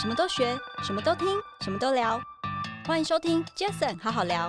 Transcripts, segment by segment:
什么都学，什么都听，什么都聊。欢迎收听 Jason 好好聊。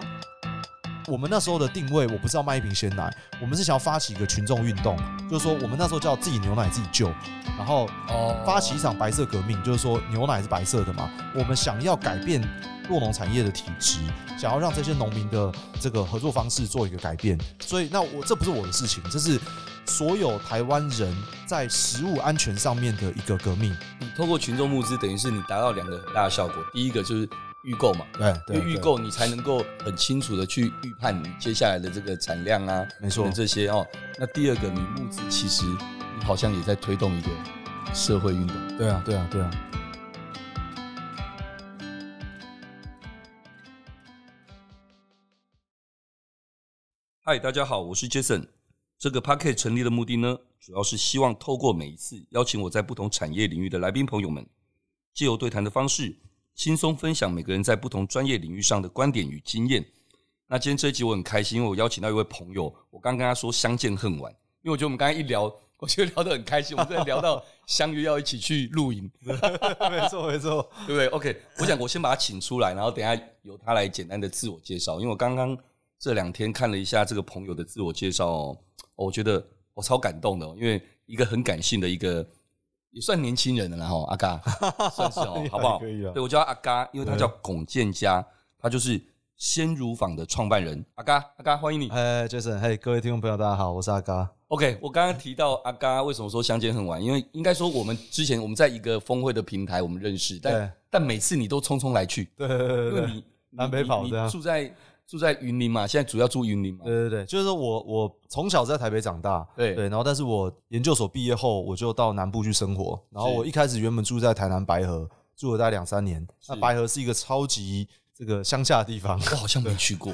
我们那时候的定位，我不是要卖一瓶鲜奶，我们是想要发起一个群众运动，就是说我们那时候叫自己牛奶自己救，然后哦发起一场白色革命，就是说牛奶是白色的嘛，我们想要改变弱农产业的体质，想要让这些农民的这个合作方式做一个改变。所以，那我这不是我的事情，这是所有台湾人在食物安全上面的一个革命。你嗯透过群众募资，等于是你达到两个很大的效果。第一个就是预购嘛，哎对因为预，购你才能够很清楚的去预判你接下来的这个产量啊，没错等这些哦。那第二个，你募资其实你好像也在推动一个社会运动。对啊，对啊，对啊。嗨，大家好，我是 Jason。这个 p a c k e t 成立的目的呢，主要是希望透过每一次邀请我在不同产业领域的来宾朋友们，借由对谈的方式，轻松分享每个人在不同专业领域上的观点与经验。那今天这一集我很开心，因为我邀请到一位朋友，我刚跟他说相见恨晚，因为我觉得我们刚才一聊，我觉得聊得很开心，我们真的聊到相约要一起去露营， 没错，没 错，对不对？OK，我想我先把他请出来，然后等一下由他来简单的自我介绍。因为我刚刚这两天看了一下这个朋友的自我介绍、哦，哦我觉得我超感动的、哦，因为一个很感性的一个也算年轻人了啦哈、阿 嘎算是哦，好不好？可以啊对我叫他阿嘎，因为他叫龚建家，他就是鲜乳坊的创办人。阿嘎，阿嘎，欢迎你。哎，Jason，嘿，各位听众朋友，大家好，我是阿嘎。 OK，我刚刚提到阿嘎为什么说相见恨晚，因为应该说我们之前我们在一个峰会的平台我们认识，对但但每次你都匆匆来去。对对对因为你南北跑你这样你住在住在云林嘛，现在主要住云林嘛。对 对对，就是说我我从小在台北长大，对对，然后但是我研究所毕业后，我就到南部去生活，然后是我一开始原本住在台南白河，住了大概两三年。那是白河是一个超级这个乡下的地方， 哎我好像没去过，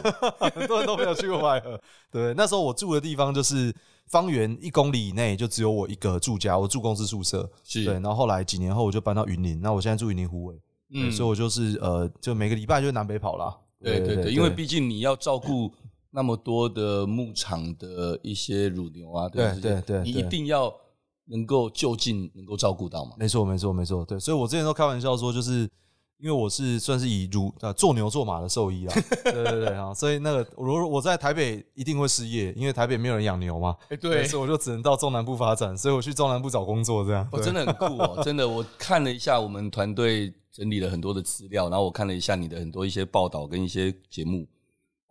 很多人都没有去过白河。对，那时候我住的地方就是方圆一公里以内就只有我一个住家，我住公司宿舍。对，是然后后来几年后我就搬到云林，那我现在住云林湖尾，对嗯，所以我就是呃，就每个礼拜就南北跑啦。对对对，因为毕竟你要照顾那么多的牧场的一些乳牛啊，对不对对对你对一定要能够就近能够照顾到嘛。没错，没错，没错。对，所以我之前都开玩笑说，就是因为我是算是以乳呃做牛做马的兽 医啦，对对对啊，所以那个如果我在台北一定会失业，因为台北没有人养牛嘛，哎，所以我就只能到中南部发展，所以我去中南部找工作这样。我对真的很酷哦，真的，我看了一下我们团队整理了很多的资料，然后我看了一下你的很多一些报道跟一些节目。哦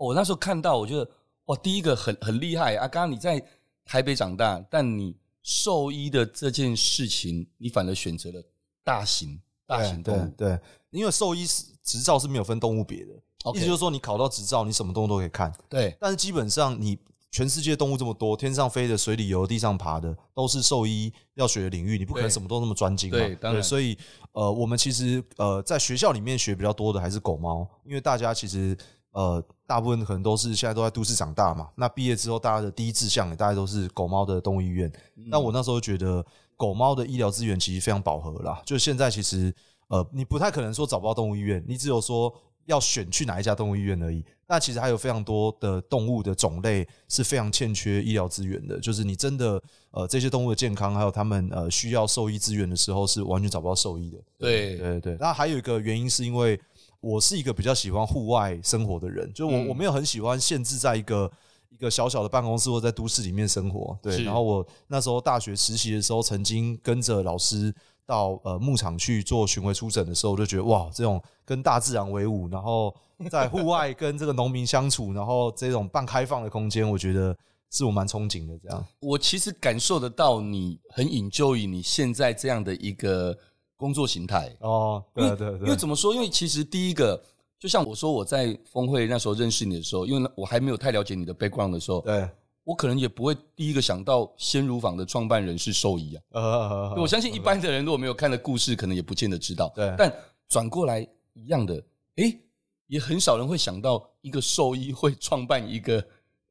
我那时候看到，我觉得哇，第一个很很厉害啊！刚刚你在台北长大，但你兽医的这件事情，你反而选择了大型大型动对物。对，因为兽医是执照是没有分动物别的，意 OK，思就是说你考到执照，你什么动物都可以看，对但是基本上你。全世界动物这么多，天上飞的、水里游、地上爬的，都是兽医要学的领域，你不可能对什么都那么专精嘛。对当然所以呃，我们其实呃在学校里面学比较多的还是狗猫，因为大家其实呃大部分可能都是现在都在都市长大嘛。那毕业之后，大家的第一志向也大概都是狗猫的动物医院。那我那时候觉得狗猫的医疗资源其实非常饱和啦，就现在其实呃你不太可能说找不到动物医院，你只有说。要选去哪一家动物医院而已。那其实还有非常多的动物的种类是非常欠缺医疗资源的，就是你真的呃这些动物的健康，还有它们呃需要兽医资源的时候，是完全找不到兽医的。对对对。那还有一个原因是因为我是一个比较喜欢户外生活的人，就我、嗯我没有很喜欢限制在一个。一个小小的办公室或在都市里面生活，对。是然后我那时候大学实习的时候，曾经跟着老师到呃牧场去做巡回出诊的时候，我就觉得哇，这种跟大自然为伍，然后在户外跟这个农民相处，然后这种半开放的空间，我觉得是我蛮憧憬的。这样，我其实感受得到你很引咎于你现在这样的一个工作形态。哦，因对为对因为对，怎么说？因为其实第一个，就像我说我在峰会那时候认识你的时候，因为我还没有太了解你的 background 的时候，对，呃我可能也不会第一个想到鲜乳坊的创办人是兽医啊。呃，我相信一般的人如果没有看的故事，可能也不见得知道。对但转过来一样的，诶，也很少人会想到一个兽医会创办一个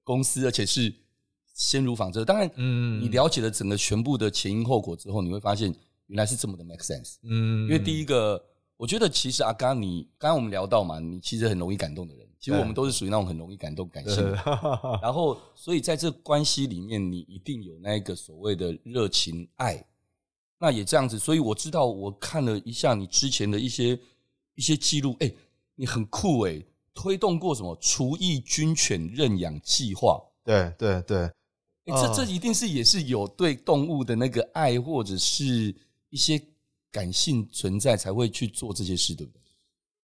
公司，而且是鲜乳坊这个。当然，嗯你了解了整个全部的前因后果之后，你会发现原来是这么的 make sense。嗯因为第一，一个，我觉得其实阿嘎你，刚刚我们聊到嘛，你其实很容易感动的人，其实对我们都是属于那种很容易感动、感性的对人。然后，所以在这关系里面，你一定有那一个所谓的热情爱。那也这样子，所以我知道，我看了一下你之前的一些一些记录，哎、你很酷哎、推动过什么厨艺军犬认养计划？对对对，哎、哦这这一定是也是有对动物的那个爱，或者是一些感性存在才会去做这些事，对不对？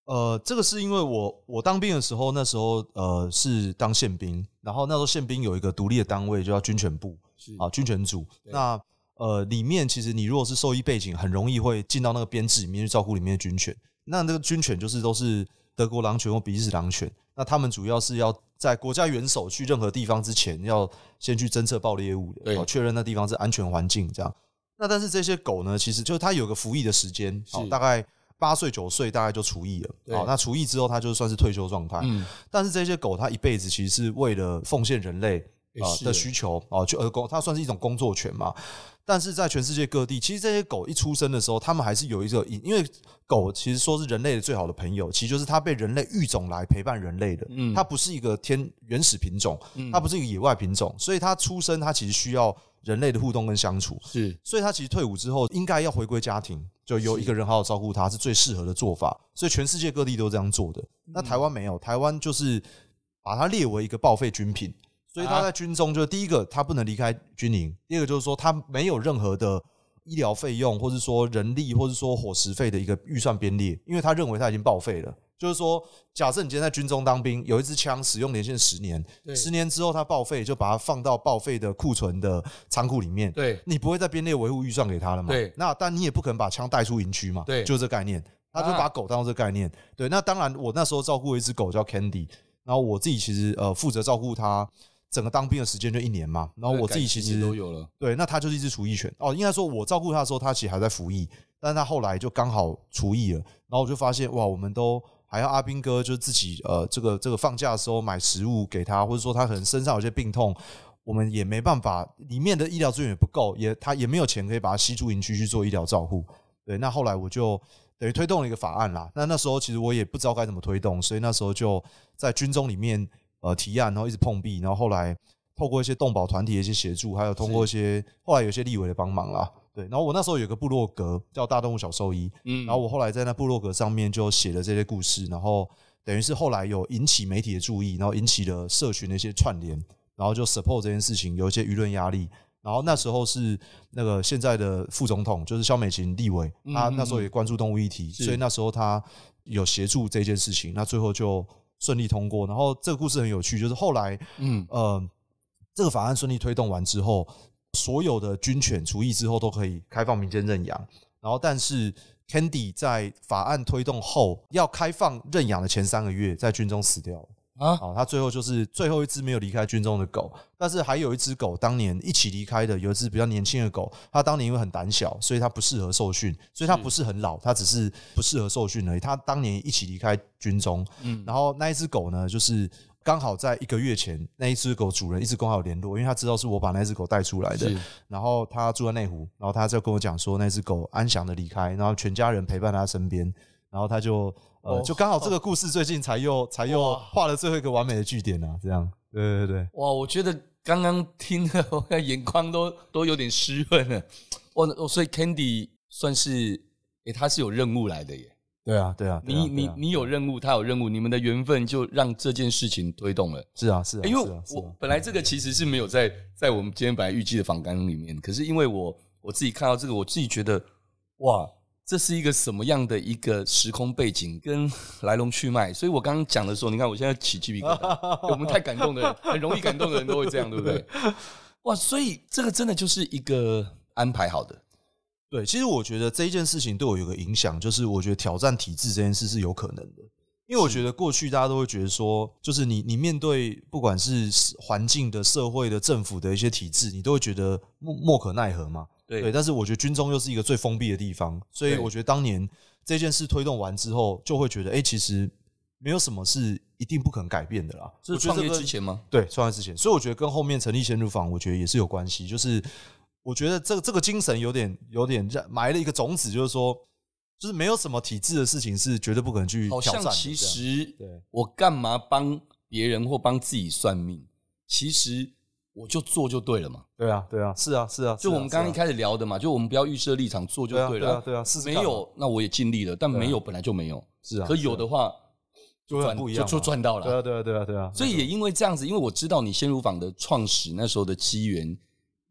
呃，这个是因为我我当兵的时候，那时候呃是当宪兵，然后那时候宪兵有一个独立的单位，就叫军犬部是啊，军犬组。对那呃里面其实你如果是兽医背景，很容易会进到那个编制里面去照顾里面的军犬。那那个军犬就是都是德国狼犬或比利时狼犬，那他们主要是要在国家元首去任何地方之前，要先去侦测爆猎物对的，哦确认那地方是安全环境这样。那但是这些狗呢，其实就是它有个服役的时间，哦是，大概八岁九岁大概就除役对了。哦，那除役之后，它就算是退休状态。嗯，但是这些狗，它一辈子其实是为了奉献人类也啊是的需求啊，就呃，狗它算是一种工作犬嘛。但是在全世界各地，其实这些狗一出生的时候，它们还是有一个，因为狗其实说是人类的最好的朋友，其实就是它被人类育种来陪伴人类的。嗯它不是一个天原始品种，嗯它不是一个野外品种，所以它出生它其实需要人类的互动跟相处。是所以他其实退伍之后应该要回归家庭，就由一个人好好照顾他是最适合的做法。所以全世界各地都这样做的，那嗯台湾没有，台湾就是把它列为一个报废军品。所以他啊在军中，就是第一个他不能离开军营，第二个就是说他没有任何的医疗费用，或是说人力，或是说伙食费的一个预算编列，因为他认为他已经报废了。就是说，假设你今天在军中当兵，有一支枪使用年限十年，对十年之后它报废，就把它放到报废的库存的仓库里面。对你不会再编列维护预算给他了嘛？对那但你也不可能把枪带出营区嘛？对啊就是这概念。他就把狗当做这概念。对，那当然，我那时候照顾一只狗叫 Candy，然后我自己其实呃负责照顾它，整个当兵的时间就一年嘛。然后我自己其实都有了，对，那它就是一只厨艺犬哦。应该说，我照顾它的时候，它其实还在服役，但是它后来就刚好厨艺了。然后我就发现哇，我们都。还要阿兵哥就自己呃，这个这个放假的时候买食物给他，或者说他可能身上有些病痛，我们也没办法，里面的医疗资源也不够，也他也没有钱可以把它吸住营区去做医疗照护。对，那后来我就等于推动了一个法案啦。那那时候其实我也不知道该怎么推动，所以那时候就在军中里面呃提案，然后一直碰壁，然后后来透过一些动保团体的一些协助，还有通过一些后来有些立委的帮忙啦。对，然后我那时候有个部落格叫大动物小兽医，嗯然后我后来在那部落格上面就写了这些故事，然后等于是后来有引起媒体的注意，然后引起了社群的一些串联，然后就 support 这件事情有一些舆论压力。然后那时候是那个现在的副总统就是肖美琴立委，嗯他嗯那时候也关注动物议题，是所以那时候他有协助这件事情，那最后就顺利通过。然后这个故事很有趣，就是后来嗯呃，这个法案顺利推动完之后，所有的军犬除役之后都可以开放民间认养。然后，但是 Candy 在法案推动后，要开放认养的前三个月，在军中死掉了。啊，啊，他最后就是最后一只没有离开军中的狗，但是还有一只狗当年一起离开的，有一只比较年轻的狗，它当年因为很胆小，所以它不适合受训，所以它不是很老，它只是不适合受训而已。它当年一起离开军中，嗯然后那一只狗呢，就是刚好在一个月前，那一只狗主人一直跟我有联络，因为他知道是我把那只狗带出来的是，然后他住在内湖，然后他就跟我讲说那只狗安详的离开，然后全家人陪伴他身边，然后他就呃，哦就刚好这个故事最近才又才又画了最后一个完美的句点啊，这样，对对对，哇，我觉得刚刚听了，我的眼眶都都有点湿润了。哇，哦所以 Candy 算是，诶、他是有任务来的耶。对啊，对啊，对啊你你你有任务，他有任务，你们的缘分就让这件事情推动了。是啊是啊，因为是啊是啊我本来这个其实是没有在在我们今天本来预计的访纲里面，可是因为我我自己看到这个，我自己觉得哇，这是一个什么样的一个时空背景跟 来龙去脉？所以我刚刚讲的时候，你看我现在起鸡皮疙瘩，欸我们太感动的人，很容易感动的人都会这样，对不对？哇，所以这个真的就是一个安排好的，对，其实我觉得这一件事情对我有个影响，就是我觉得挑战体制这件事是有可能的，因为我觉得过去大家都会觉得说，就是你你面对不管是环境的、社会的、政府的一些体制，你都会觉得莫莫可奈何嘛。对但是我觉得军中又是一个最封闭的地方，所以对我觉得当年这件事推动完之后，就会觉得，哎、其实没有什么是一定不可能改变的啦。这我是觉得创业个之前吗？对，创业之前，所以我觉得跟后面成立先入坊，我觉得也是有关系。就是我觉得这个这个精神有点有点让埋了一个种子，就是说，就是没有什么体制的事情是绝对不可能去好挑战像的。其这样实对我干嘛帮别人或帮自己算命？其实我就做就对了嘛。对啊，对啊，是啊，是啊，就我们刚刚一看开始聊的嘛，就我们不要预设立场，做就对啊，对对啊，了。对啊，试试没看嘛有，那我也尽力了，但对啊没有本来就没有。是啊，可有的话就很赚不一样嘛就就赚到对了。啊，对啊，对啊，对啊，所以也因为这样子，因为我知道你鲜乳坊的创始那时候的机缘，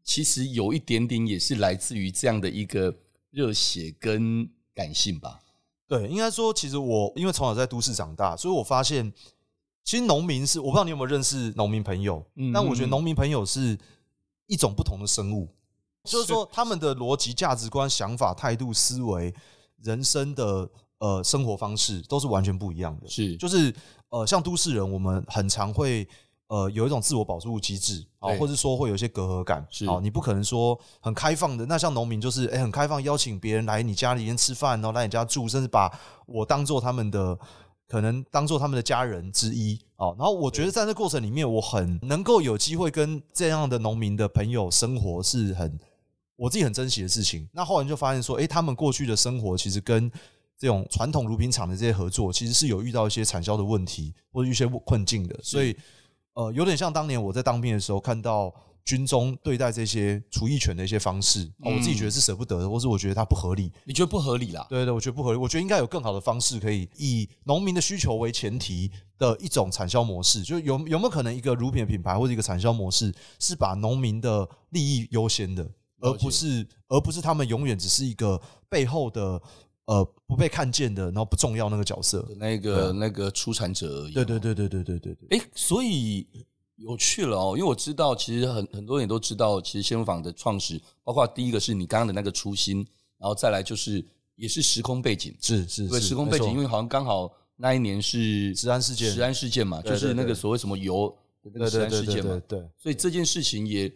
其实有一点点也是来自于这样的一个热血跟感性吧。对，应该说，其实我因为从小在都市长大，所以我发现，其实农民是我不知道你有没有认识农民朋友，嗯但我觉得农民朋友是一种不同的生物，就是说他们的逻辑、价值观、想法、态度、思维、人生的呃生活方式都是完全不一样的。是就是呃，像都市人，我们很常会呃有一种自我保护机制啊，对或者说会有一些隔阂感是啊。你不可能说很开放的，那像农民就是哎、很开放，邀请别人来你家里面吃饭，然后来你家住，甚至把我当做他们的。可能当做他们的家人之一啊，然后我觉得在这过程里面，我很能够有机会跟这样的农民的朋友生活，是很我自己很珍惜的事情。那后来就发现说，诶，他们过去的生活其实跟这种传统乳品厂的这些合作，其实是有遇到一些产销的问题或者一些困境的，所以呃，有点像当年我在当兵的时候看到军中对待这些厨艺犬的一些方式，哦我自己嗯觉得是舍不得的，或是我觉得它不合理。你觉得不合理啦？对对，我觉得不合理，我觉得应该有更好的方式，可以以农民的需求为前提的一种产销模式，就是有有没有可能一个乳品的品牌或者一个产销模式是把农民的利益优先的，而了解不是而不是他们永远只是一个背后的呃不被看见的，然后不重要那个角色。那个那个出产者而已。啊对对。对对对对对对，哎，所以有趣了哦，因为我知道，其实很很多人也都知道，其实鲜乳坊的创始，包括第一个是你刚刚的那个初心，然后再来就是也是时空背景，是是对是时空背景，因为为好像刚好那一年是食安事件食安事件嘛，对对就是那对个所谓什么油的对那个食对安对事对件对嘛，对，所以这件事情也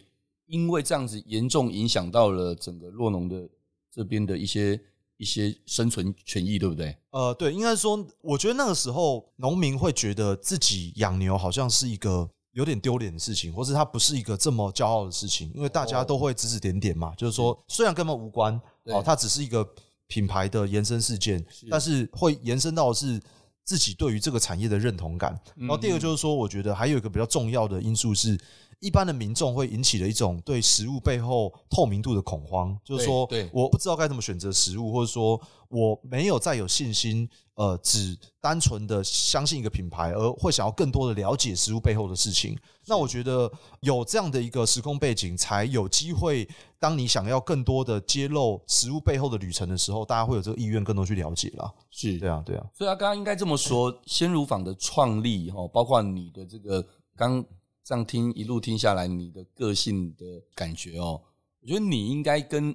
因为这样子严重影响到了整个洛农的这边的一些一些生存权益，对不对？呃，对，应该说，我觉得那个时候农民会觉得自己养牛好像是一个有点丢脸的事情，或是它不是一个这么骄傲的事情，因为大家都会指指点点嘛，就是说虽然跟他们无关，对哦，它只是一个品牌的延伸事件，但是会延伸到的是自己对于这个产业的认同感。然嗯后第二个就是说，我觉得还有一个比较重要的因素是，一般的民众会引起的一种对食物背后透明度的恐慌，就是说对对我不知道该怎么选择食物，或者说我没有再有信心，呃，只单纯的相信一个品牌，而会想要更多的了解食物背后的事情。那我觉得有这样的一个时空背景，才有机会，当你想要更多的揭露食物背后的旅程的时候，大家会有这个意愿，更多去了解啦。嗯是对啊，对啊，所以他刚刚应该这么说，鲜乳坊的创立哈，包括你的这个刚这样听一路听下来，你的个性的感觉哦，我觉得你应该跟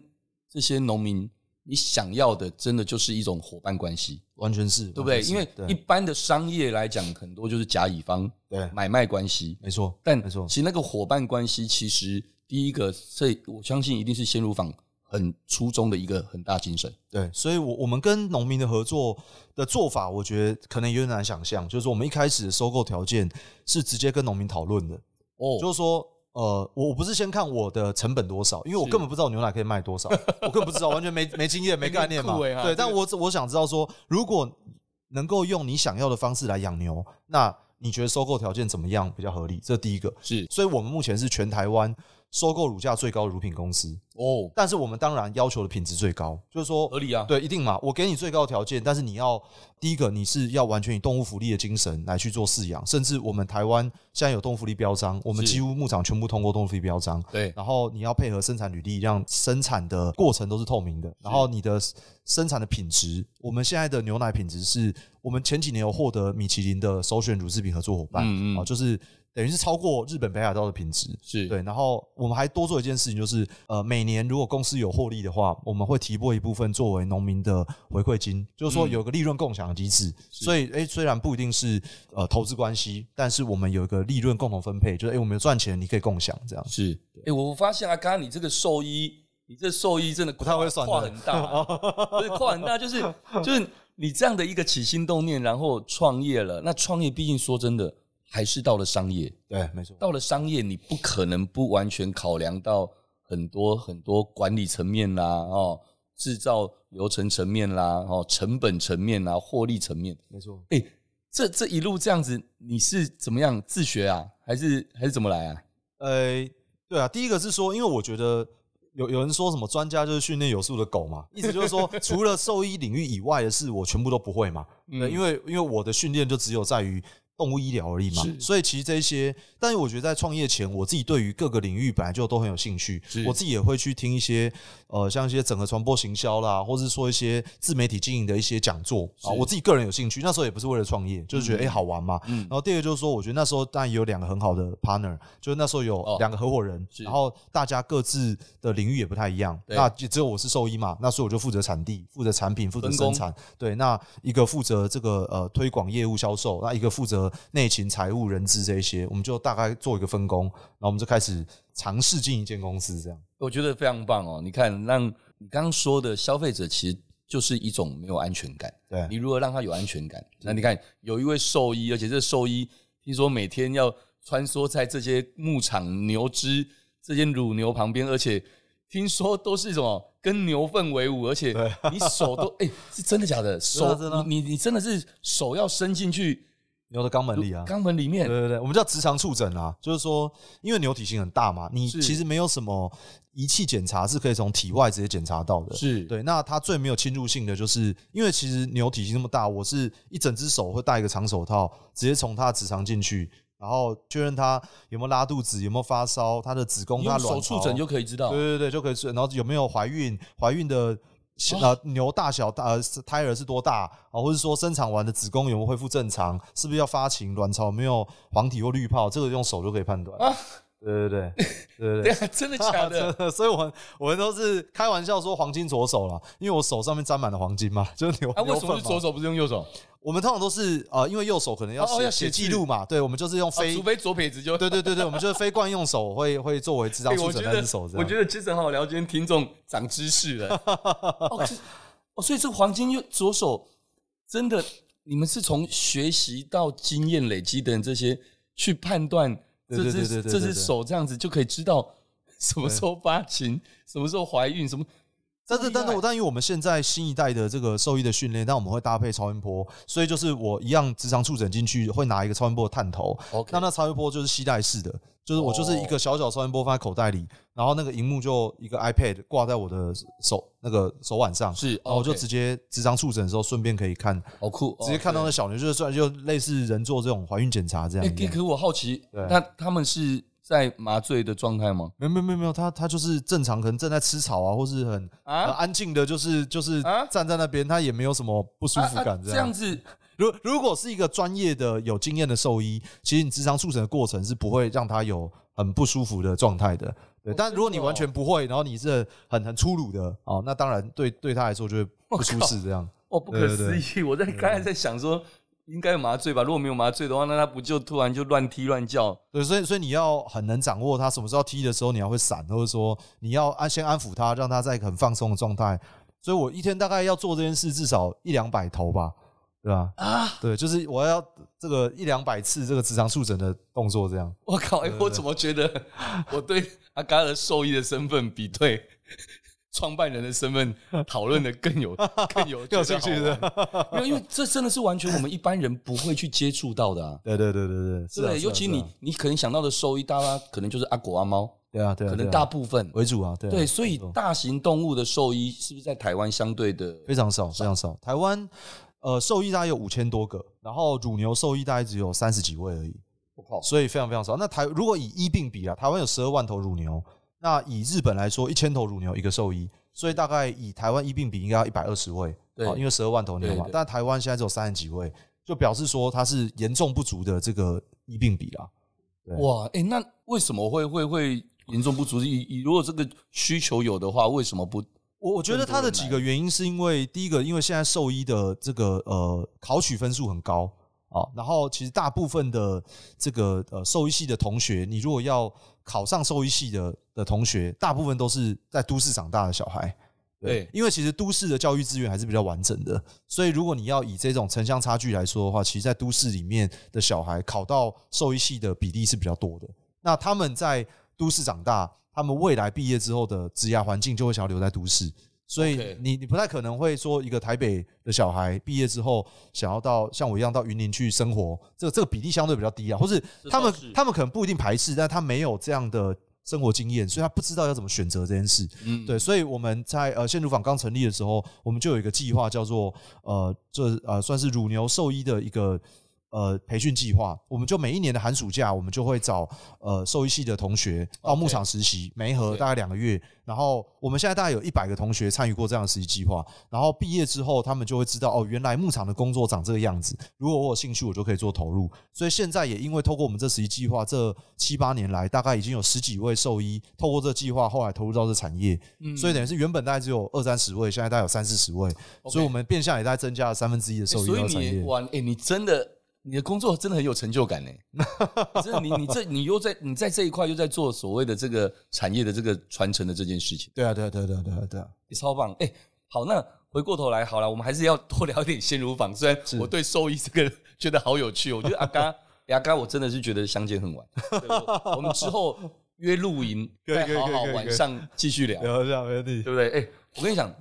这些农民，你想要的真的就是一种伙伴关系，完全是，对不对？哦完全是因为一般的商业来讲，很多就是甲乙方对对，买卖关系，没错，但没错其，实那个伙伴关系，其实第一个，这我相信一定是鲜乳坊很初衷的一个很大精神。对，所以我我们跟农民的合作的做法，我觉得可能有点难想象，就是我们一开始的收购条件是直接跟农民讨论的，哦就是说，呃，我我不是先看我的成本多少，因为我是根本不知道牛奶可以卖多 少，我根本不知道，完全没没经验、没概念嘛。酷欸哈对，这但个我只我想知道说，如果能够用你想要的方式来养牛，那你觉得收购条件怎么样比较合理？这第一个。是所以我们目前是全台湾收购乳价最高的乳品公司，哦，但是我们当然要求的品质最高，就是说合理啊，对，一定嘛，我给你最高的条件，但是你要第一个，你是要完全以动物福利的精神来去做饲养，甚至我们台湾现在有动物福利标章，我们是几乎牧场全部通过动物福利标章。对然后你要配合生产履历，让生产的过程都是透明的。然后你的生产的品质，我们现在的牛奶品质是我们前几年有获得米其林的首选乳制品合作伙伴，嗯嗯啊，就是等于是超过日本北海道的品质。是对，然后我们还多做一件事情，就是呃，每年如果公司有获利的话，我们会提拨一部分作为农民的回馈金，就是说有个利润共享的机制。所以，诶，虽然不一定是呃投资关系，但是我们有一个利润共同分配，就是诶，我们有赚钱，你可以共享这样。是，哎、我发现啊，刚刚你这个兽医，你这兽医真的不太会算跨的很大、啊 不是跨很大，就是就是你这样的一个起心动念，然后创业了。那创业，毕竟说真的，还是到了商业，对，没错。到了商业，你不可能不完全考量到很多很多管理层面啦，哦，制造流程层面啦，哦，成本层面啦，获利层面。没错，哎、这这一路这样子，你是怎么样自学啊，还是还是怎么来啊？呃，对啊，第一个是说，因为我觉得有有人说什么专家就是训练有素的狗嘛，意思就是说， 除了兽医领域以外的事，我全部都不会嘛。嗯对，因为为因为我的训练就只有在于动物医疗而已嘛是，所以其实这一些，但是我觉得在创业前，我自己对于各个领域本来就都很有兴趣是，我自己也会去听一些呃，像一些整合传播行销啦，或是说一些自媒体经营的一些讲座啊，是我自己个人有兴趣，那时候也不是为了创业，就是觉得哎、嗯诶好玩嘛。嗯然后第二个就是说，我觉得那时候当然也有两个很好的 partner，就是那时候有哦两个合伙人，是然后大家各自的领域也不太一样，对那也只有我是兽医嘛，那所以我就负责产地、负责产品、负责分生工产。对，那一个负责这个呃推广业务销售，那一个负责内勤、财务、人资这一些，我们就大概做一个分工，然后我们就开始尝试进一间公司这样。我觉得非常棒哦。你看，让你刚刚说的消费者其实就是一种没有安全感。对，你如何让他有安全感？那你看，有一位兽医，而且这兽医听说每天要穿梭在这些牧场牛只、这些乳牛旁边，而且听说都是什么跟牛粪为伍，而且对你手都哎、是真的 假的？手真的啊你你你真的是手要伸进去牛的肛门里啊。肛门里面对，对对，我们叫直肠触诊啊，就是说，因为牛体型很大嘛，你是其实没有什么仪器检查是可以从体外直接检查到的。是对，那它最没有侵入性的就是，因为其实牛体型那么大，我是一整只手会戴一个长手套，直接从它的直肠进去，然后确认它有没有拉肚子，有没有发烧，它的子宫、你它用的卵手触诊巢就可以知道对。对对，就可以睡。然后有没有怀孕？怀孕的小哦呃牛大小大呃是胎儿是多大啊？或者说生产完的子宫有没有恢复正常？是不是要发情？卵巢有没有黄体或绿泡？这个用手就可以判断啊。对对对对对对 对。啊，真的假 的？真的所以我们我们都是开玩笑说黄金左手啦，因为我手上面沾满了黄金嘛， 就是牛啊，为牛什么粪是左嘛。手不是用右手？我们通常都是呃，因为右手可能要哦要写写写记字录嘛，对，我们就是用啊非除非左撇子就对对对对，我们就是非惯用手会会作 为智障哎触我诊觉那得只手这我样。觉得其实很好聊，今天听众长知识 了。哦，是哦所以这个黄金右左手真的，你们是从学习到经验累积等这些去判断对这对对只对对这对只对手这样子就可以知道什么时候发情，什么时候怀孕，什么但是，厉害但是我但因为我们现在新一代的这个兽医的训练，但我们会搭配超音波，所以就是我一样直肠触诊进去，会拿一个超音波的探头， OK 哦那那超音波就是吸带式的，就是我就是一个小小超音波放在口袋里，然后那个荧幕就一个 iPad 挂在我的手那个手腕上，是然后我就 OK 直接直肠触诊的时候顺便可以看，好酷，直接看到那小牛，就是算就类似人做这种怀孕检查这哦哎、样一可样。可我好奇，对那他们是在麻醉的状态吗？没有没有没有没有，他他就是正常，可能正在吃草啊，或是很、啊很安静的，就是就是啊站在那边，他也没有什么不舒服感这这样。样子如如果是一个专业的有经验的兽医，其实你智商触诊的过程是不会让他有很不舒服的状态的。哦对，但如果你完全不会，然后你是很很粗鲁的哦，那当然对对他来说就会不舒适这样。 哦，不可对对思对嗯议！我在刚才在想说，应该有麻醉吧？如果没有麻醉的话，那他不就突然就乱踢乱叫？对，所以所以你要很能掌握他什么时候踢的时候，你要会闪，或者说你要安先安抚他，让他在一个很放松的状态。所以我一天大概要做这件事至少一两百头吧，对吧？啊！对，就是我要这个一两百次这个直肠触诊的动作这样。我靠！哎、对对我怎么觉得我对阿嘎的兽医的身份比对创办人的身份讨论的更 有更有更有兴趣觉得好玩没有，因为这真的是完全我们一般人不会去接触到 的啊。对对对对对，是对不啊对，是啊尤其是啊你，你可能想到的兽医，大家可能就是阿狗阿猫，对啊对啊，可能对啊大部分为主啊，对啊对，所以没错大型动物的兽医是不是在台湾相对的非常少啊非常少。台湾呃兽医大概有五千多个，然后乳牛兽医大概只有三十几位而已，我靠所以非常非常少。那台如果以医病比啊，台湾有十二万头乳牛，那以日本来说，一千头乳牛一个兽医，所以大概以台湾医病比应该要一百二十位，对哦因为十二万头牛对嘛对，但台湾现在只有三十几位，就表示说它是严重不足的这个医病比啦。对哇，哎、那为什么会会会严重不足？以以如果这个需求有的话，为什么不？我我觉得它的几个原因是因为第一个，因为现在兽医的这个呃考取分数很高啊，然后其实大部分的这个呃兽医系的同学，你如果要考上兽医系的的同学，大部分都是在都市长大的小孩。对因为其实都市的教育资源还是比较完整的，所以如果你要以这种城乡差距来说的话，其实，在都市里面的小孩考到兽医系的比例是比较多的。那他们在都市长大，他们未来毕业之后的职涯环境就会想要留在都市，所以 OK 你你不太可能会说一个台北的小孩毕业之后想要到像我一样到云林去生活，这个这个比例相对比较低啊，或是这倒他们是他们可能不一定排斥，但他没有这样的生活经验，所以他不知道要怎么选择这件事。嗯，对，所以我们在呃鲜乳坊刚成立的时候，我们就有一个计划叫做呃，这呃算是乳牛兽医的一个呃培训计划。我们就每一年的寒暑假，我们就会找呃兽医系的同学到 OK 牧场实习，每一盒对大概两个月。然后我们现在大概有一百个同学参与过这样的实习计划。然后毕业之后，他们就会知道哦，原来牧场的工作长这个样子。如果我有兴趣，我就可以做投入。所以现在也因为透过我们这实习计划，这七八年来，大概已经有十几位兽医透过这计划，后来投入到这产业。嗯所以等于是原本大概只有二三十位，现在大概有三四十位， OK 所以我们变相也大概增加了三分之一的欸受益所以到产你业。哇，哎、你真的，你的工作真的很有成就感呢。真的，你你这你又在你在这一块又在做所谓的这个产业的这个传承的这件事情，对啊，对啊，对啊，对啊，对啊，对啊，也超棒。哎、好，那回过头来，好了，我们还是要多聊一点鲜乳坊。虽然是我对兽医这个觉得好有趣，我觉得阿嘎阿嘎，我真的是觉得相见恨晚。对我我们之后约露营，可以再可以好好可以可以晚上继续聊。有这样没问题。对不对？哎、我跟你讲，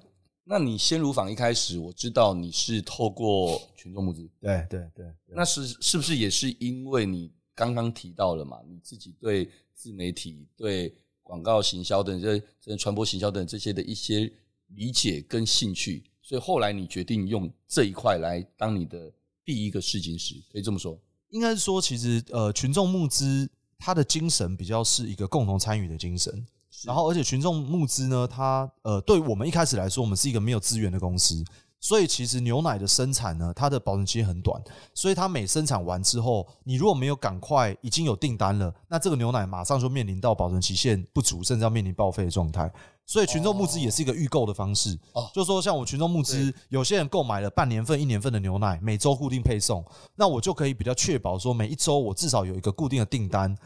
那你鲜乳坊一开始我知道你是透过群众募资，对对对，那是是不是也是因为你刚刚提到了嘛？你自己对自媒体、对广告行销等这这传播行销等这些的一些理解跟兴趣，所以后来你决定用这一块来当你的第一个试金石，可以这么说。应该是说，其实呃，群众募资它的精神比较是一个共同参与的精神。然后，而且群众募资呢，它呃，对我们一开始来说，我们是一个没有资源的公司，所以其实牛奶的生产呢，它的保存期限很短，所以它每生产完之后，你如果没有赶快已经有订单了，那这个牛奶马上就面临到保存期限不足，甚至要面临报废的状态。所以群众募资也是一个预购的方式，哦就是说像我群众募资，有些人购买了半年份、一年份的牛奶，每周固定配送，那我就可以比较确保说，每一周我至少有一个固定的订单，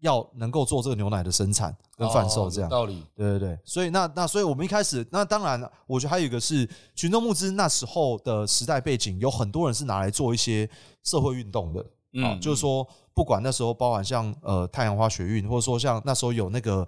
要能够做这个牛奶的生产跟贩售这样哦有。道理，对对对，所以那那所以我们一开始那当然，我觉得还有一个是群众募资那时候的时代背景，有很多人是拿来做一些社会运动的，嗯啊，就是说不管那时候包含像呃太阳花学运，或者说像那时候有那个。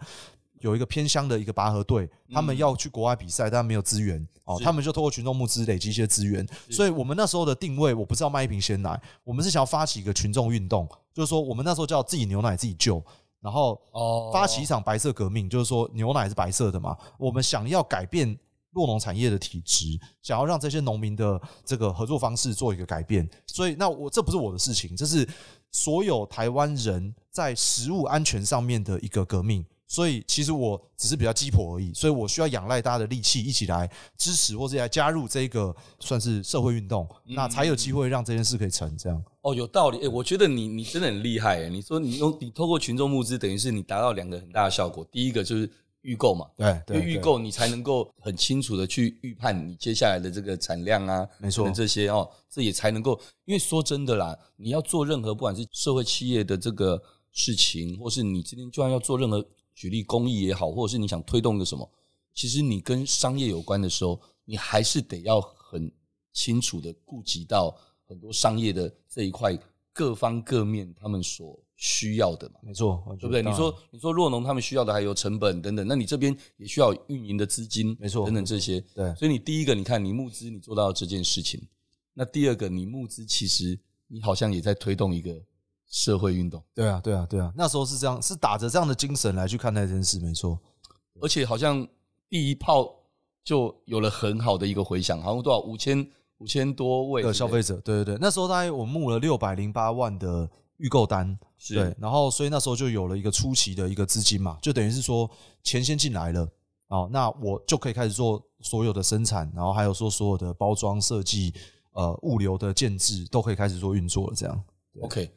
有一个偏乡的一个拔河队，他们要去国外比赛，但没有资源哦，是他们就透过群众募资累积一些资源。所以我们那时候的定位，我不是要卖一瓶鲜奶，我们是想要发起一个群众运动，就是说我们那时候叫自己牛奶自己救，然后哦发起一场白色革命，就是说牛奶是白色的嘛，我们想要改变落农产业的体质，想要让这些农民的这个合作方式做一个改变。所以，那我这不是我的事情，这是所有台湾人在食物安全上面的一个革命。所以，其实我只是比较鸡婆而已，所以我需要仰赖大家的力气一起来支持，或者来加入这个算是社会运动，那才有机会让这件事可以成。这样哦，有道理。哎、我觉得你你真的很厉害。哎，你说你用你透过群众募资，等于是你达到两个很大的效果。第一个就是预购嘛，对因为预购你才能够很清楚的去预判你接下来的这个产量啊，没错等等这些哦，这也才能够。因为说真的啦，你要做任何不管是社会企业的这个事情，或是你今天就算要做任何举例公益也好，或者是你想推动一个什么，其实你跟商业有关的时候，你还是得要很清楚的顾及到很多商业的这一块各方各面他们所需要的嘛。没错，我觉得对不对？当你然说你说弱农他们需要的还有成本等等，那你这边也需要有运营的资金，没错等等这些。对所以你第一个，你看你募资，你做到这件事情；那第二个，你募资其实你好像也在推动一个社会运动，对啊，对啊，对啊，那时候是这样，是打着这样的精神来去看待这件事，没错。而且好像第一炮就有了很好的一个回响，好像多少五千五千多位的消费者者，对对对，那时候大概我募了六百零八万的预购单，是对，然后所以那时候就有了一个初期的一个资金嘛，就等于是说钱先进来了，哦，那我就可以开始做所有的生产，然后还有说所有的包装设计，呃，物流的建制都可以开始做运作了，这样。 OK，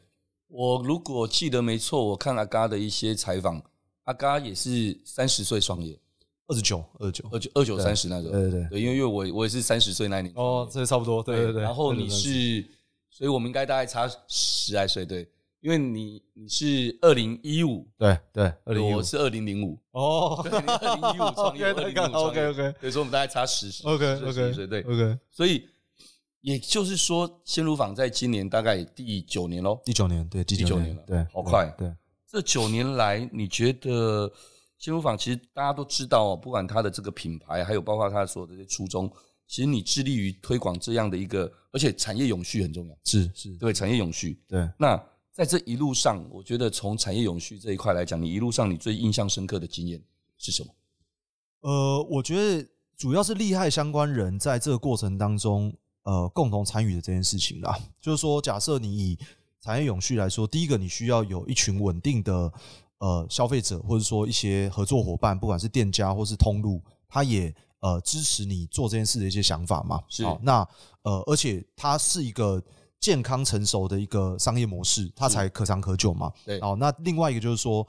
我如果记得没错，我看阿嘎的一些采访，阿嘎也是三十岁创业，二十九，二十九，二九二九三十那种。对对呃对，对，因为因为我我也是三十岁那一年哦，这差不多，对对对。然后对对你对是，所以我们应该大概差十来岁，对，因为你你是二零一五，对对二零一五我是二 零零五，哦，对，二零一五 创业，二零零五创业 OK，OK 对，所以我们大概差十十 OK 十 OK 十岁，对， OK，所以也就是说，鲜乳坊在今年大概第九年喽，第九年，对，第第九九年了对，好快对，这九年来，你觉得鲜乳坊其实大家都知道哦，不管它的这个品牌，还有包括它所有的这些初衷，其实你致力于推广这样的一个，而且产业永续很重要，是是，对产业永续。对，那在这一路上，我觉得从产业永续这一块来讲，你一路上你最印象深刻的经验是什么？呃，我觉得主要是利害相关人在这个过程当中，呃，共同参与的这件事情啦。就是说，假设你以产业永续来说，第一个你需要有一群稳定的呃消费者，或者说一些合作伙伴，不管是店家或是通路，他也呃支持你做这件事的一些想法嘛。是好那呃，而且它是一个。健康成熟的一个商业模式，它才可长可久嘛。对哦，那另外一个就是说，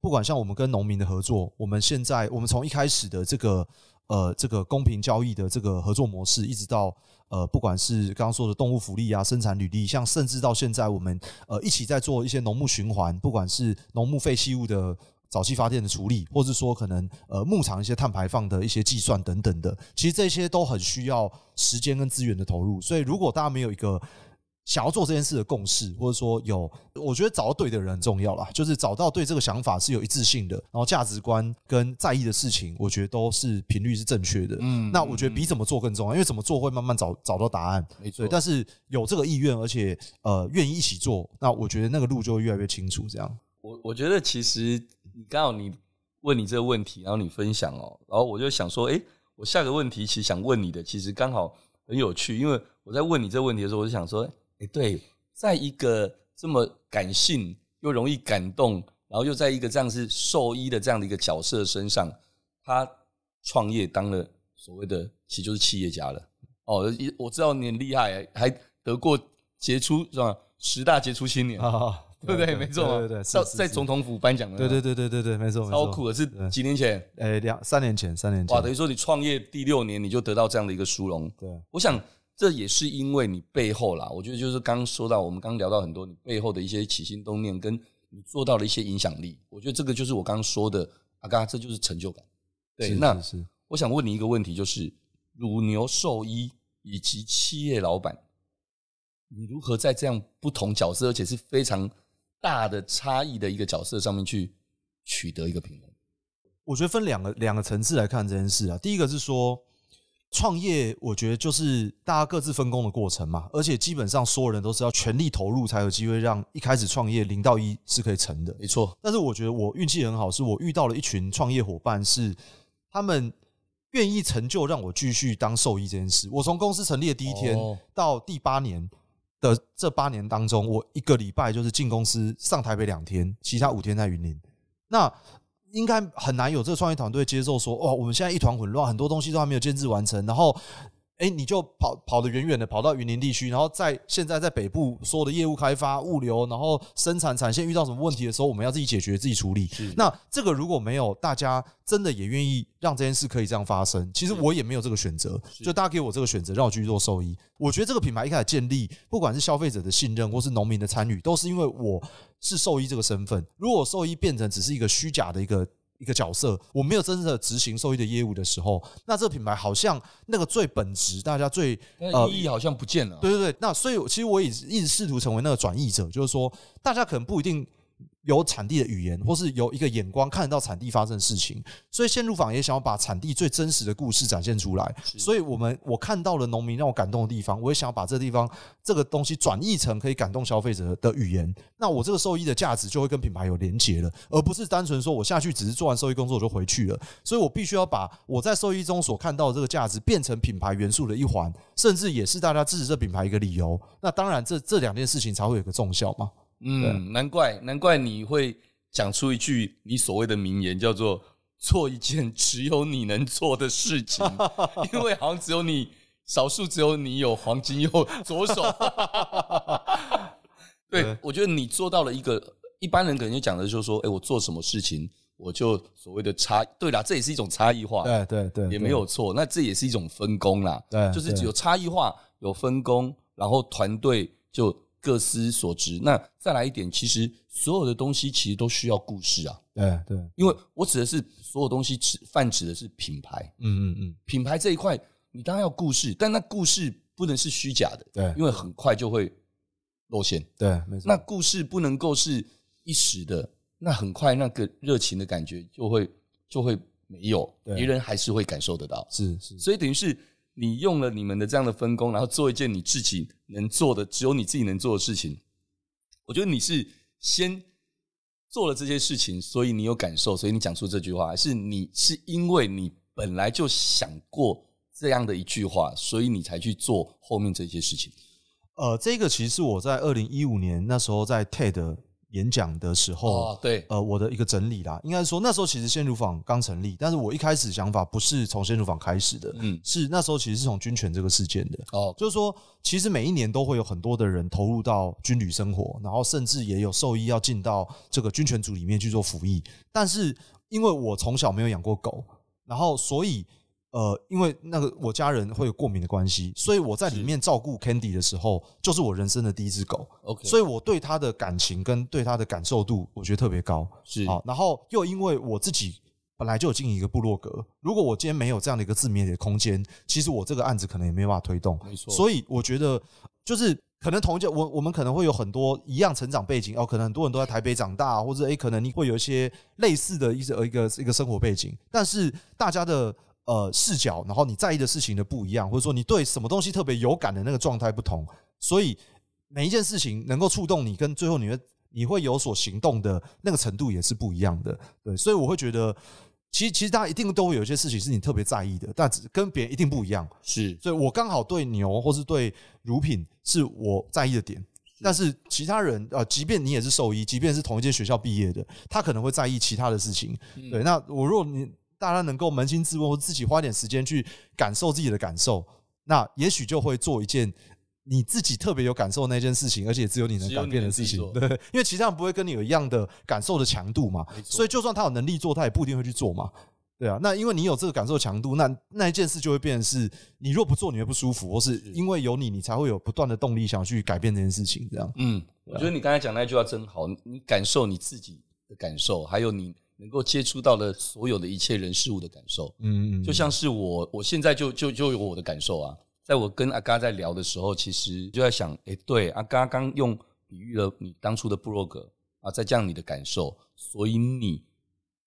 不管像我们跟农民的合作，我们现在我们从一开始的这个呃这个公平交易的这个合作模式，一直到呃不管是刚刚说的动物福利啊、生产履历，像甚至到现在我们呃一起在做一些农牧循环，不管是农牧废弃物的。早期发电的处理，或是说可能呃牧场一些碳排放的一些计算等等的，其实这些都很需要时间跟资源的投入。所以如果大家没有一个想要做这件事的共识，或者说有，我觉得找到对的人很重要啦，就是找到对这个想法是有一致性的，然后价值观跟在意的事情，我觉得都是频率是正确的。嗯那我觉得比怎么做更重要，因为怎么做会慢慢找找到答案。没对，但是有这个意愿，而且呃愿意一起做，那我觉得那个路就会越来越清楚。这样，我我觉得其实你刚好你问你这个问题，然后你分享哦，然后我就想说，诶，我下个问题其实想问你的，其实刚好很有趣，因为我在问你这个问题的时候，我就想说，诶，对，在一个这么感性又容易感动，然后又在一个这样是兽医的这样的一个角色身上，他创业当了所谓的其实就是企业家了。哦，一我知道你很厉害，还得过杰出是吧？十大杰出青 年啊， 对不对？没错嘛，对对对，是到是在是总统府颁奖的，对对，对对对对，没错，没超错酷的，是对嗯几年前诶，两三年前，三年前，哇，等于说你创业第六年你就得到这样的一个殊荣。对，我想这也是因为你背后啦，我觉得就是刚刚说到，我们刚刚聊到很多你背后的一些起心动念，跟你做到的一些影响力，我觉得这个就是我刚刚说的，阿嘎，这就是成就感。对，是那是是我想问你一个问题，就是乳牛兽医以及企业老板，你如何在这样不同角色，而且是非常大的差异的一个角色上面去取得一个平衡？我觉得分两个两个层次来看这件事啊。第一个是说，创业我觉得就是大家各自分工的过程嘛，而且基本上所有人都是要全力投入，才有机会让一开始创业零到一是可以成的。没错，但是我觉得我运气很好，是我遇到了一群创业伙伴，是他们愿意成就让我继续当兽医这件事。我从公司成立的第一天哦到第八年的这八年当中，我一个礼拜就是进公司上台北两天，其他五天在云林。那应该很难有这个创业团队接受说，哇，我们现在一团混乱，很多东西都还没有建制完成，然后。哎，你就跑跑得远远的，跑到云林地区，然后在现在在北部所有的业务开发、物流，然后生产产线遇到什么问题的时候，我们要自己解决、自己处理。那这个如果没有大家真的也愿意让这件事可以这样发生，其实我也没有这个选择。就大家给我这个选择，让我继续做兽医。我觉得这个品牌一开始建立，不管是消费者的信任或是农民的参与，都是因为我是兽医这个身份。如果兽医变成只是一个虚假的一个一个角色，我没有真正的执行兽医的业务的时候，那这个品牌好像那个最本质，大家最但呃是意义好像不见了。对对对，那所以其实我也一直试图成为那个转译者，就是说大家可能不一定有产地的语言，或是有一个眼光看得到产地发生的事情，所以线路坊也想要把产地最真实的故事展现出来。所以我们我看到了农民让我感动的地方，我也想要把这地方这个东西转译成可以感动消费者的语言。那我这个兽医的价值就会跟品牌有连结了，而不是单纯说我下去只是做完兽医工作我就回去了。所以我必须要把我在兽医中所看到的这个价值变成品牌元素的一环，甚至也是大家支持这品牌一个理由。那当然这，这两件事情才会有个重效嘛。嗯，难怪难怪你会讲出一句你所谓的名言，叫做“做一件只有你能做的 事情”，因为好像只有你，少数只有你有 黄金右左手。对对，我觉得你做到了一个一般人可能就讲的就是说，哎、我做什么事情，我就所谓的差。对啦，这也是一种差异化。对对对啊也没有错。那这也是一种分工啦，对就是对有差异化，有分工，然后团队就各司所职。那再来一点，其实所有的东西其实都需要故事啊，对对，因为我指的是所有东西指泛指的是品牌，嗯嗯嗯，品牌这一块你当然要故事，但那故事不能是虚假的，对因为很快就会露馅。对，没错。那故事不能够是一时的，那很快那个热情的感觉就会就会没有，对别人还是会感受得到。是是所以等于是你用了你们的这样的分工，然后做一件你自己能做的、只有你自己能做的事情，我觉得你是先做了这些事情，所以你有感受，所以你讲出这句话，还是你是因为你本来就想过这样的一句话，所以你才去做后面这些事情？呃，这个其实是我在二零一五年那时候在 TED 演讲的时候，哦，对，呃，我的一个整理啦。应该说那时候其实鲜乳坊刚成立，但是我一开始想法不是从鲜乳坊开始的，嗯，是那时候其实是从军犬这个事件的。哦，就是说，其实每一年都会有很多的人投入到军旅生活，然后甚至也有兽医要进到这个军犬组里面去做服役。但是因为我从小没有养过狗，然后所以呃，因为那个我家人会有过敏的关系，所以我在里面照顾 Candy 的时候，就是我人生的第一只狗， ，OK，所以以我对它的感情跟对它的感受度，我觉得特别高。是好，然后又因为我自己本来就有经营一个部落格，如果我今天没有这样的一个自媒体的空间，其实我这个案子可能也没有办法推动。没错，以所以我觉得，就是可能同一件，我我们可能会有很多一样成长背景哦，可能很多人都在台北长大，或者诶，可能你会有一些类似的一些呃一个一个生活背景，但是大家的。呃，视角，然后你在意的事情的不一样，或者说你对什么东西特别有感的那个状态不同，所以每一件事情能够触动你，跟最后你会你会有所行动的那个程度也是不一样的。对，所以我会觉得，其实其实大家一定都会有一些事情是你特别在意的，但只跟别人一定不一样。是所以我刚好对牛或是对乳品是我在意的点。但是其他人，呃，即便你也是兽医，即便是同一间学校毕业的，他可能会在意其他的事情。嗯对，那我如果你大家能够扪心自问，或自己花点时间去感受自己的感受，那也许就会做一件你自己特别有感受的那件事情，而且只有你能只有改你变的能事自己情。做对，因为其他人不会跟你有一样的感受的强度嘛，没错所以就算他有能力做，他也不一定会去做嘛。对啊，那因为你有这个感受强度，那那一件事就会变成是，你若不做你会不舒服，或是因为有你，你才会有不断的动力想去改变这件事情。这样，嗯，我觉得你刚才讲那句话真好，你你感受你自己的感受，还有你能够接触到的所有的一切人事物的感受，嗯，就像是我，我现在就就就有我的感受啊。在我跟阿嘎在聊的时候，其实就在想，诶，对，阿嘎刚用比喻了你当初的部落格啊，再加上你的感受，所以你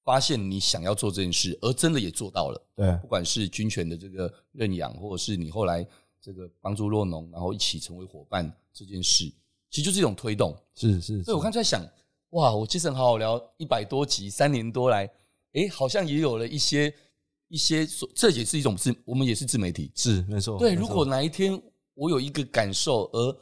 发现你想要做这件事，而真的也做到了。对不管是军犬的这个认养，或者是你后来这个帮助落农，然后一起成为伙伴这件事，其实就是一种推动。是是，所以我刚才在想，哇，我精神好好聊一百多集，三年多来，诶，好像也有了一些一些所，这也是一种自，我们也是自媒体。是没错。对，没错如果哪一天我有一个感受，而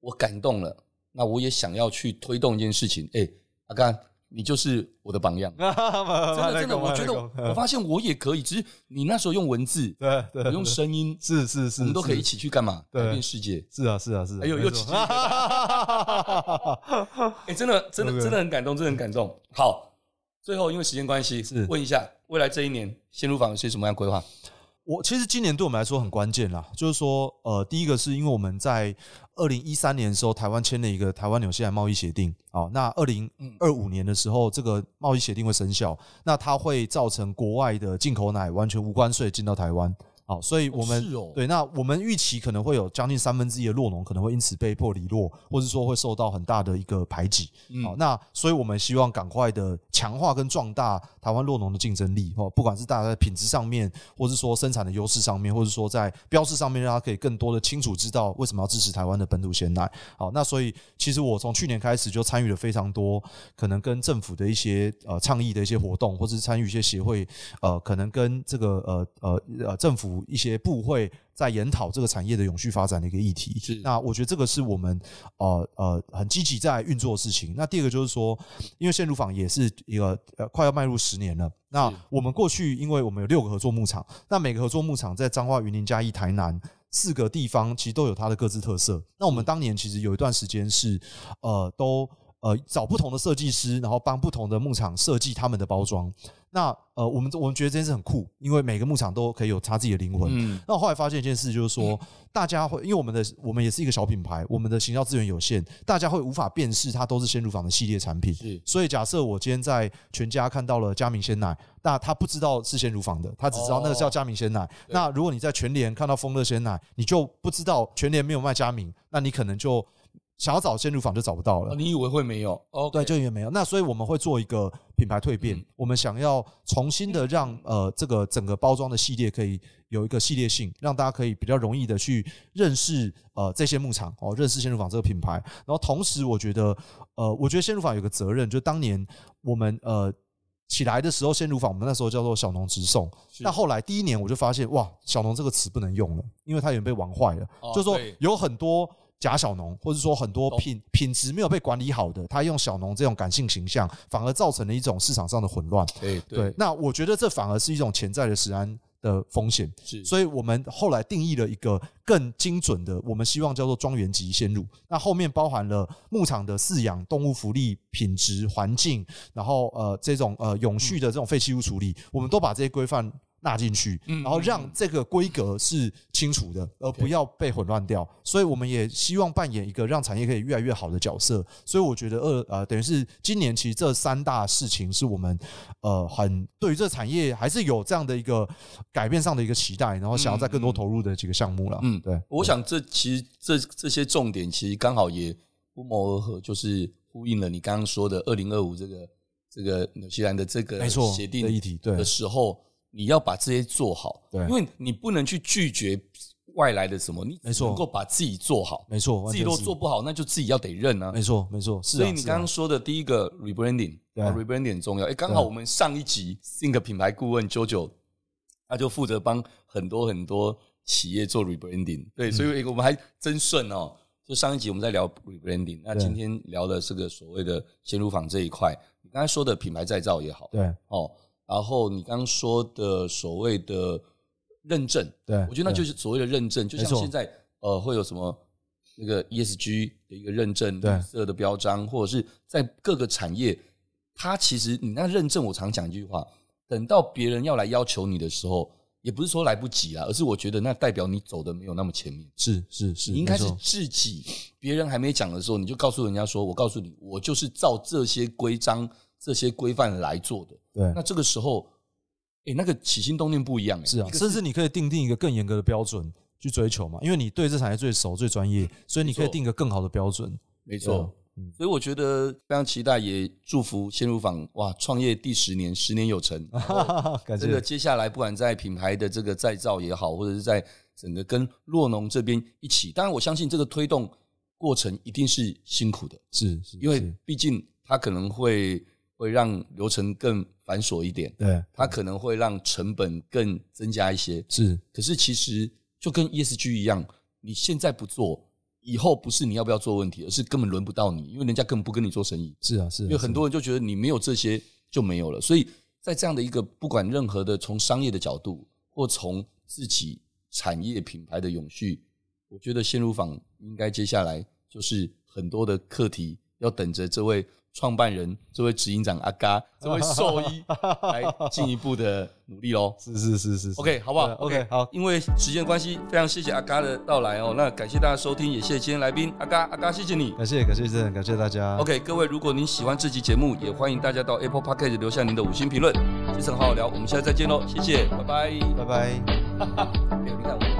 我感动了，那我也想要去推动一件事情。诶，阿甘，你就是我的榜 样。 真的真的，我觉得我 发现我也可以，只是你那时候用 文字，对对，我用声音，是是是，我们都可以一是起去干嘛？对改变世界。是啊是啊是啊，哎呦没又错起鸡皮疙 哎，真的，真的， OK 真的很感动，真的很感动。好，最后因为时间关系，是问一下未来这一年鲜乳坊有些什么样的规划？我其实今年对我们来说很关键啦，就是说，呃，第一个是因为我们在二零一三年的时候，台湾签了一个台湾纽西兰贸易协定，哦，那二零二五年的时候，这个贸易协定会生效，那它会造成国外的进口奶完全无关税进到台湾，好、所以我们、是哦对，那我们预期可能会有将近三分之一的落农可能会因此被迫离落，或是说会受到很大的一个排挤。嗯好，那所以我们希望赶快的强化跟壮大台湾洛农的竞争力哦，不管是大家在品质上面，或是说生产的优势上面，或是说在标示上面，让大家可以更多的清楚知道为什么要支持台湾的本土鲜奶。好，那所以其实我从去年开始就参与了非常多可能跟政府的一些呃倡议的一些活动，或是参与一些协会呃，可能跟这个呃呃呃政府一些部会在研讨这个产业的永续发展的一个议题。是那我觉得这个是我们呃呃很积极在运作的事情。那第二个就是说，因为鲜乳坊也是一个呃快要迈入十年了。那是我们过去因为我们有六个合作牧场，那每个合作牧场在彰化、云林、嘉义、台南。四个地方其实都有它的各自特色。那我们当年其实有一段时间是，呃，都呃找不同的设计师，然后帮不同的牧场设计他们的包装。那呃，我们我们觉得这件事很酷，因为每个牧场都可以有他自己的灵魂。嗯，那我后来发现一件事，就是说，大家会因为我们的我们也是一个小品牌，我们的行销资源有限，大家会无法辨识它都是鲜乳坊的系列产品。是所以假设我今天在全家看到了佳明鲜奶，那他不知道是鲜乳坊的，他只知道那个叫佳明鲜奶。对那如果你在全联看到丰乐鲜奶，你就不知道全联没有卖佳明，那你可能就想要找鲜乳坊就找不到了哦。你以为会没有？哦，对，就也没有。那所以我们会做一个品牌蜕变嗯，我们想要重新的让呃这个整个包装的系列可以有一个系列性，让大家可以比较容易的去认识呃这些牧场哦，认识鲜乳坊这个品牌。然后同时，我觉得呃，我觉得鲜乳坊有个责任，就当年我们呃。起来的时候，鲜乳坊我们那时候叫做小农直送，是但后来第一年我就发现，哇，小农这个词不能用了，因为它已经被玩坏了。哦就是说对有很多假小农，或者说很多懂品品质没有被管理好的，他用小农这种感性形象，反而造成了一种市场上的混乱。对对，，那我觉得这反而是一种潜在的食安的风险。是，所以我们后来定义了一个更精准的，我们希望叫做庄园级鲜乳。那后面包含了牧场的饲养、动物福利、品质、环境，然后呃这种呃永续的这种废弃物处理，我们都把这些规范纳进去，嗯然后让这个规格是清楚的，而不要被混乱掉。所以我们也希望扮演一个让产业可以越来越好的角色。所以我觉得二呃等于是今年其实这三大事情是我们呃很对于这产业还是有这样的一个改变上的一个期待，然后想要再更多投入的几个项目了。嗯嗯，对，我想这其实这这些重点其实刚好也不谋而合，就是呼应了你刚刚说的二零二五这个这个纽西兰的这个没错协定的议题对的时候，你要把这些做好，对因为你不能去拒绝外来的什么，你只没错能够把自己做好，没错，完自全己都是做，不好，那就自己要得认啊。没错没错，是啊。所以你是啊刚刚说的第一个 rebranding，对啊 rebranding 很重要。哎，刚好对我们上一集 Think 品牌顾问 JoJo，他就负责帮很多很多企业做 rebranding。对，嗯所以我们还真顺哦。就上一集我们在聊 rebranding，那对今天聊的这个所谓的鲜乳坊这一块，你刚才说的品牌再造也好，对哦，然后你刚刚说的所谓的认证，对，我觉得那对就是所谓的认证，就像嗯没错现在呃会有什么那个 ESG 的一个认证，对绿色的标章，或者是在各个产业，它其实你那认证，我常讲一句话，等到别人要来要求你的时候，也不是说来不及啦，而是我觉得那代表你走的没有那么前面。是是是，你应该是没错自己，别人还没讲的时候，你就告诉人家说：“我告诉你，我就是照这些规章、这些规范来做的。”对那。这个时候，哎、那个起心动念不一样、诶是啊一，个甚至你可以定定一个更严格的标准去追求嘛，因为你对这产业最熟、最专业，所以你可以定一个更好的标准。没对啊错，嗯所以我觉得非常期待，也祝福鲜乳坊哇创业第十年，十年有成。 啊然后感这个谢，接下来不管在品牌的这个再造也好，或者是在整个跟洛农这边一起，当然我相信这个推动过程一定是辛苦的，是是，因为是毕竟它可能会会让流程更繁琐一点，对它可能会让成本更增加一些。是可是其实就跟 ESG 一样，你现在不做，以后不是你要不要做问题，而是根本轮不到你，因为人家根本不跟你做生意。是啊是啊，因为很是啊多人就觉得你没有这些就没有了，所以在这样的一个不管任何的从商业的角度，或从自己产业品牌的永续，我觉得鲜乳坊应该接下来就是很多的课题要等着这位创办人、这位执行长阿嘎、这位兽 医来进一步的努力喽。是是是是是 OK，好不好对？OK，好，因为时间关系，非常谢谢阿嘎的到来哦。那感谢大家收听，也谢谢今天来宾阿嘎，阿嘎谢谢你。啊感谢感谢真的感谢大家。 OK，各位，如果您喜欢这期节目，也欢迎大家到 Apple Podcast 留下您的五星评论。这次很好好聊，我们下次再见喽，谢谢，拜拜。拜拜。哎你看我